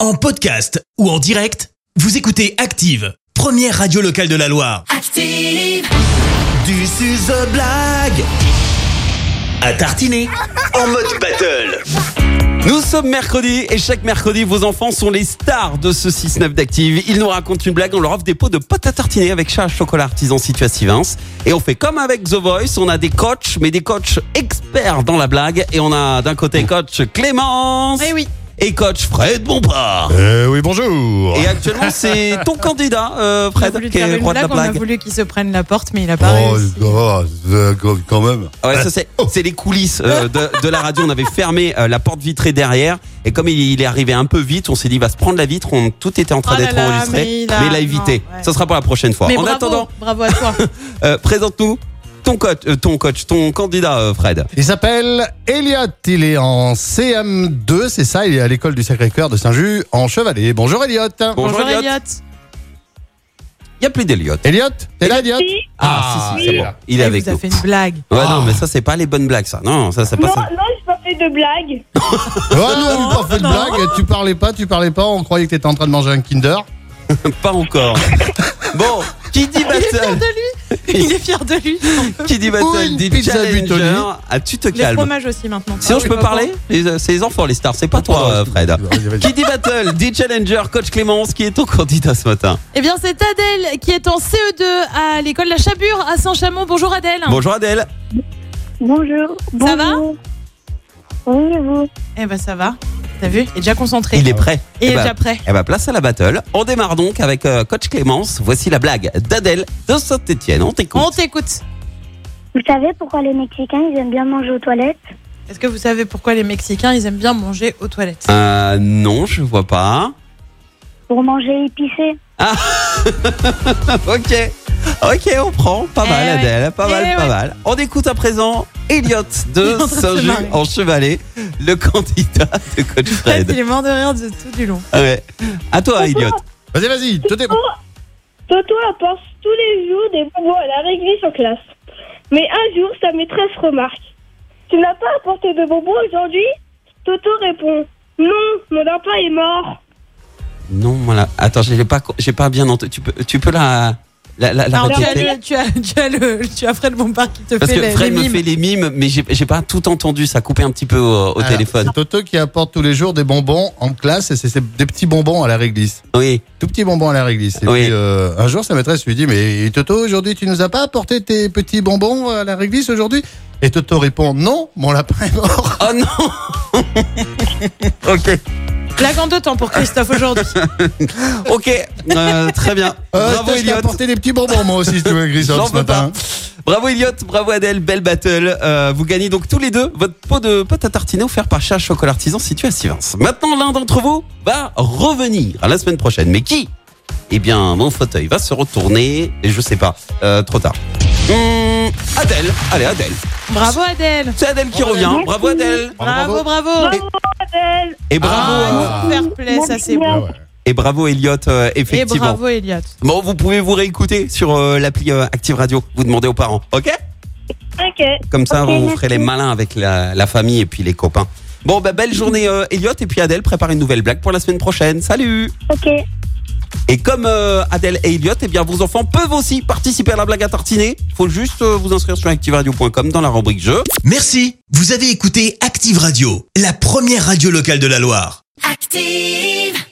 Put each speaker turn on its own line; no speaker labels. En podcast ou en direct, vous écoutez Active, première radio locale de la Loire.
Active,
Du suze blague à tartiner en mode battle.
Nous sommes mercredi et chaque mercredi, vos enfants sont les stars de ce 6-9 d'Active. Ils nous racontent une blague, on leur offre des pots de pâte à tartiner avec chat à chocolat artisan situé à Sivins. Et on fait comme avec The Voice, on a des coachs, mais des coachs experts dans la blague. Et on a d'un côté coach Clémence.
Eh
Et oui. Et coach Fred Bompard.
Euh, oui, bonjour.
Et actuellement, c'est ton candidat, euh,
On a
Fred,
voulu
qui
faire
est
une
le roi de la
blague, On
blague. bah,
a voulu qu'il se prenne la porte, mais il a pas
Oh,
réussi.
oh, euh, quand- quand même.
Ouais, ça c'est, c'est les coulisses euh, de, de la radio. On avait fermé euh, la porte vitrée derrière. Et comme il, il est arrivé un peu vite, on s'est dit, il va se prendre la vitre. On, tout était en train
Oh là
d'être
là,
enregistré.
mais il a-
évité.
non, ouais.
Ça sera pour la prochaine fois.
Mais
en
bravo,
attendant,
bravo à toi.
euh, présente-nous ton coach, euh, ton coach, ton candidat, euh, Fred.
Il s'appelle Elliot. Il est en CM2, c'est ça. Il est à l'école du Sacré-Cœur de Saint-Just en Chevalet. Bonjour, Elliot.
Bonjour, Elliot. Il n'y a plus d'Eliott.
Elliot, t'es là, Elliot
Ah,
Ah,
si, si, c'est
il est
bon.
là.
Il
Eh,
est
Il
avec
Eh, vous a
nous.
fait une Ah. blague.
Ouais, non, mais ça, c'est pas les bonnes blagues, ça. Non, ça, c'est pas
Non,
ça.
non, j'ai pas fait de blague.
Ouais, Oh, non, t'as fait une blague. Tu parlais pas, tu parlais pas. On croyait que t'étais en train de manger un Kinder.
Pas encore. bon, qui dit
Ah, Il est fier
battle,
de lui. Il est fier de lui.
qui dit
Ou
battle
une
dit
pizza
challenger.
Buitoni.
Ah, tu te
Les
calmes.
fromages aussi maintenant.
Sinon, je peux parler Les, euh, C'est les enfants, les stars. C'est pas
Oh,
toi, euh,
Ah,
Fred. Qui dit battle, dit challenger, coach Clémence, qui est ton candidat ce matin
Eh bien, c'est Adèle qui est en CE2 à l'école La Chabure à Saint-Chamond. Bonjour Adèle.
Bonjour Adèle.
Bonjour.
Ça
bonjour. Oui, vous.
Eh ben, ça va. T'as vu Il est déjà concentré.
Il est prêt.
Et il
Eh
est
ben,
déjà prêt.
Eh ben, place à la battle. On démarre donc avec euh, coach Clémence. Voici la blague d'Adèle de Saint-Etienne. On
On
t'écoute.
t'écoute.
Vous savez pourquoi les Mexicains, ils aiment bien manger aux toilettes
Est-ce que vous savez pourquoi les Mexicains, ils aiment bien manger aux toilettes
Euh, non, je vois pas.
Pour manger épicé.
ok. Ok, on prend. Pas
Eh
mal,
ouais.
Adèle. Pas
Eh
mal, pas
ouais.
mal. On écoute à présent Elliot de
Il est en train de se
Saint-Just
marrer.
en Chevalet, le candidat de coach
Fred,
Fred.
il est mort de rire de tout du long.
Ouais. À toi, Elliot.
Vas-y, vas-y. te dé-
Toto apporte tous les jours des bonbons à la réglisse en classe. Mais un jour, sa maîtresse remarque. Tu n'as pas apporté de bonbons aujourd'hui Toto répond. Non, mon lapin est mort.
Non, voilà. Attends, je l'ai pas, co- j'ai pas bien entendu. Tu peux, tu peux la, la, la, la
Alors, tu, as
répéter
le- tu, as, tu as le, tu as Fred Bompard qui te
Parce
fait
que
les,
Fred
les
me
mimes.
fait les mimes, mais j'ai j'ai pas tout entendu. Ça coupait un petit peu au, au
Alors,
téléphone.
Ah, C'est Toto qui apporte tous les jours des bonbons en classe et c'est c'est des petits bonbons à la réglisse.
Oui.
Tout petits bonbons à la réglisse. Et
Oui.
puis, euh, un jour, sa maîtresse lui dit Mais Toto, aujourd'hui, tu nous as pas apporté tes petits bonbons à la réglisse aujourd'hui Et Toto répond Non, mon lapin est mort.
Oh non Ok,
Blague en deux temps pour Christophe aujourd'hui.
ok, Euh, très bien.
Euh,
bravo
t'as- je t'ai
Elliot,
apporté des petits bonbons moi aussi si tu veux
J'en
Grissom ce
veux pas.
matin.
bravo Elliot, bravo Adèle, belle battle. Euh, vous gagnez donc tous les deux votre pot de pâte à tartiner offert par Chat Chocolat Artisan situé à Sivins. Maintenant, l'un d'entre vous va revenir à la semaine prochaine. Mais qui Eh bien, mon fauteuil va se retourner. Et je sais pas, Euh, trop tard. Hum, Adèle, allez Adèle,
Bravo Adèle.
c'est Adèle qui
Bravo,
revient.
Adèle.
Bravo Adèle
Bravo, bravo.
Adèle.
et bravo
euh,
euh,
Ah.
Fair play, ça c'est bon.
Ah ouais.
et bravo Elliot euh,
Et
effectivement.
bravo Elliot.
Bon, vous pouvez vous réécouter sur euh, l'appli euh, Active Radio. Vous demandez aux parents, ok
Ok.
Comme ça,
Ok,
vous
merci.
ferez les malins avec la, la famille et puis les copains. Bon, bah, belle journée, euh, Elliot. Et puis Adèle, prépare une nouvelle blague pour la semaine prochaine. Salut
Ok.
Et comme euh, Adèle et Elliot, eh bien, vos enfants peuvent aussi participer à la blague à tartiner. Faut juste euh, vous inscrire sur activeradio.com dans la rubrique jeu.
Merci, vous avez écouté Active Radio, la première radio locale de la Loire.
active.